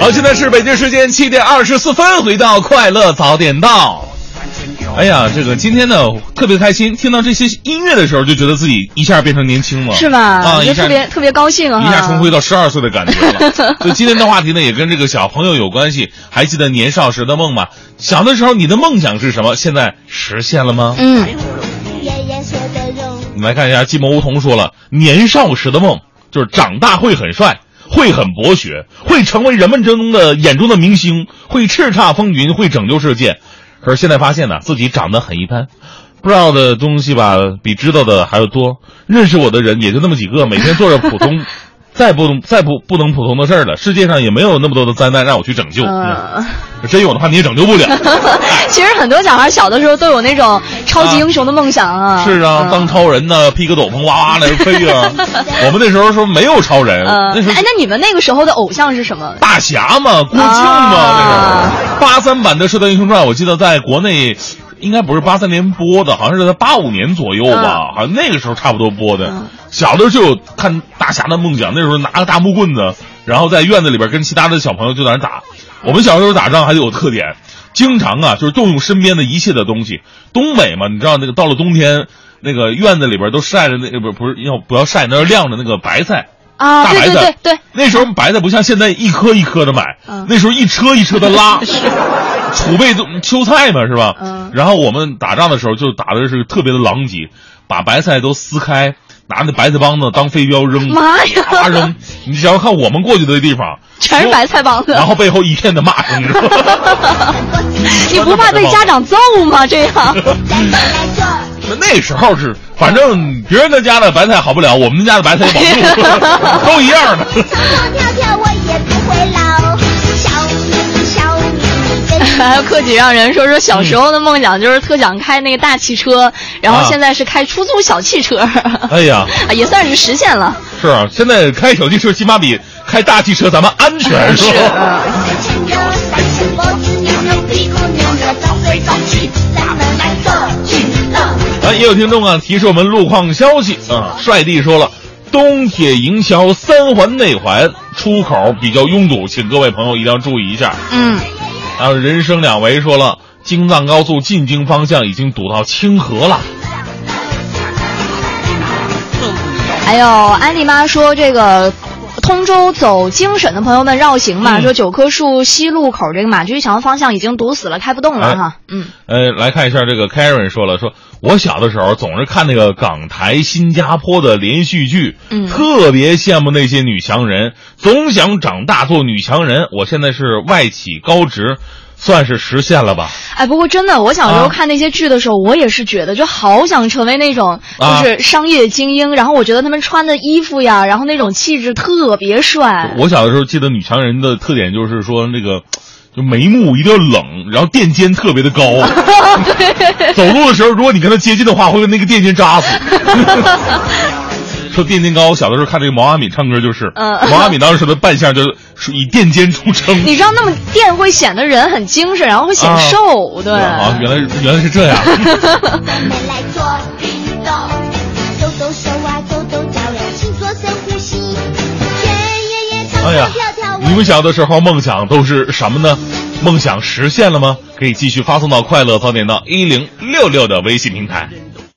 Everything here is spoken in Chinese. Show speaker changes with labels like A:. A: 好，现在是北京时间七点二十四分，回到快乐早点到。哎呀，这个今天呢特别开心，听到这些音乐的时候，就觉得自己一下变成年轻了，
B: 是吗？
A: 啊，
B: 我
A: 一
B: 就
A: 下
B: 特别特别高兴啊！
A: 一下重回到十二岁的感觉 了。所以今天的话题呢，也跟这个小朋友有关系。还记得年少时的梦吗？小的时候你的梦想是什么？现在实现了吗？
B: 嗯，
C: 爷爷说的用，
A: 我们来看一下，寂寞梧桐说了，年少时的梦就是长大会很帅，会很博学，会成为人们中的眼中的明星，会叱咤风云，会拯救世界。可是现在发现呢、自己长得很一般，不知道的东西吧，比知道的还要多。认识我的人也就那么几个，每天做着普通，再不再不不能普通的事儿了。世界上也没有那么多的灾难让我去拯救。
B: 呃，
A: 嗯真有的话，你也拯救不了。
B: 其实很多小孩小的时候都有那种超级英雄的梦想啊。
A: 是啊，
B: 嗯
A: 当超人呢，披个斗篷哇哇的飞啊。我们那时候说没有超人，
B: 呃，
A: 那时候
B: 哎，那你们那个时候的偶像是什么？
A: 大侠嘛，郭靖嘛，
B: 啊
A: 那时候八三版的《射雕英雄传》，我记得在国内。应该不是八三年播的，好像是在八五年左右吧，好像那个时候差不多播的。
B: 嗯
A: 小的时候就有看大侠的梦想，那时候拿个大木棍子，然后在院子里边跟其他的小朋友就在那打。我们小时候打仗还有个特点，经常啊就是动用身边的一切的东西。东北嘛，你知道那个到了冬天，那个院子里边都晒着那个不不是要不要晒，那要晾着那个白菜。
B: 啊，
A: 大白
B: 对对
A: 菜
B: 对对，
A: 那时候白菜不像现在一颗一颗的买，
B: 嗯
A: 那时候一车一车的拉， 储备都秋菜嘛，是吧？
B: 嗯
A: 然后我们打仗的时候就打的是特别的狼藉，把白菜都撕开，拿那白菜帮子当飞镖扔，
B: 妈呀
A: 啪 扔。你只要看我们过去的地方，
B: 全是白菜帮子。
A: 然后背后一片的骂声，是 吧
B: 你不怕被家长揍吗？这样，
A: 那那时候是，反正别人的家的白菜好不了，我们家的白菜也保不 住，都一样的。
C: 唱跳跳我也不会老，少女少女真
B: 还有克己让人说说小时候的梦想就是特想开那个大汽车，然后
A: 啊
B: 现在是开出租小汽车，
A: 哎呀，
B: 啊也算是实现了。
A: 是啊，现在开小汽车起码比开大汽车咱们安
B: 嗯
A: 全，是
B: 啊
A: 吧？
C: 三牵着三只脖子扭扭屁股扭扭动来动去，咱们来做运动。
A: 啊，也有听众啊提示我们路况消息啊，帅弟说了。东铁营桥三环内环出口比较拥堵，请各位朋友一定要注意一下。
B: 嗯，
A: 啊，人生两维说了，京藏高速进京方向已经堵到清河了。
B: 还有哎安妮妈说这个。通州走京沈的朋友们绕行吧，
A: 嗯
B: 说九棵树西路口这个马驹桥方向已经堵死了，开不动了
A: 哎
B: 哈。嗯，
A: 呃，来看一下这个 Karen 说了，说我小的时候总是看那个港台、新加坡的连续剧，
B: 嗯
A: 特别羡慕那些女强人，总想长大做女强人。我现在是外企高职，算是实现了吧？
B: 哎，不过真的，我小时
A: 啊
B: 候看那些剧的时候，我也是觉得就好想成为那种就
A: 啊
B: 是商业精英，然后我觉得他们穿的衣服呀，然后那种气质特别帅。
A: 我小的时候记得女强人的特点就是说那个，就眉目一定要冷，然后垫肩特别的高。 走路的时候，如果你跟她接近的话，会被那个垫肩扎死。说垫肩高，我小的时候看这个毛阿敏唱歌就是，
B: 嗯
A: 毛阿敏当时的扮相就是以垫肩著称。
B: 你知道那么垫会显得人很精神，然后会显瘦，对。
A: 啊，原来原来是这样。
C: 咱们来做运动，抖抖手啊，抖抖脚呀，请做深呼吸。全爷爷唱
A: 哎呀
C: 唱跳跳，
A: 你
C: 我
A: 们小的时候梦想都是什么呢？梦想实现了吗？可以继续发送到快乐早点到一零六六的微信平台。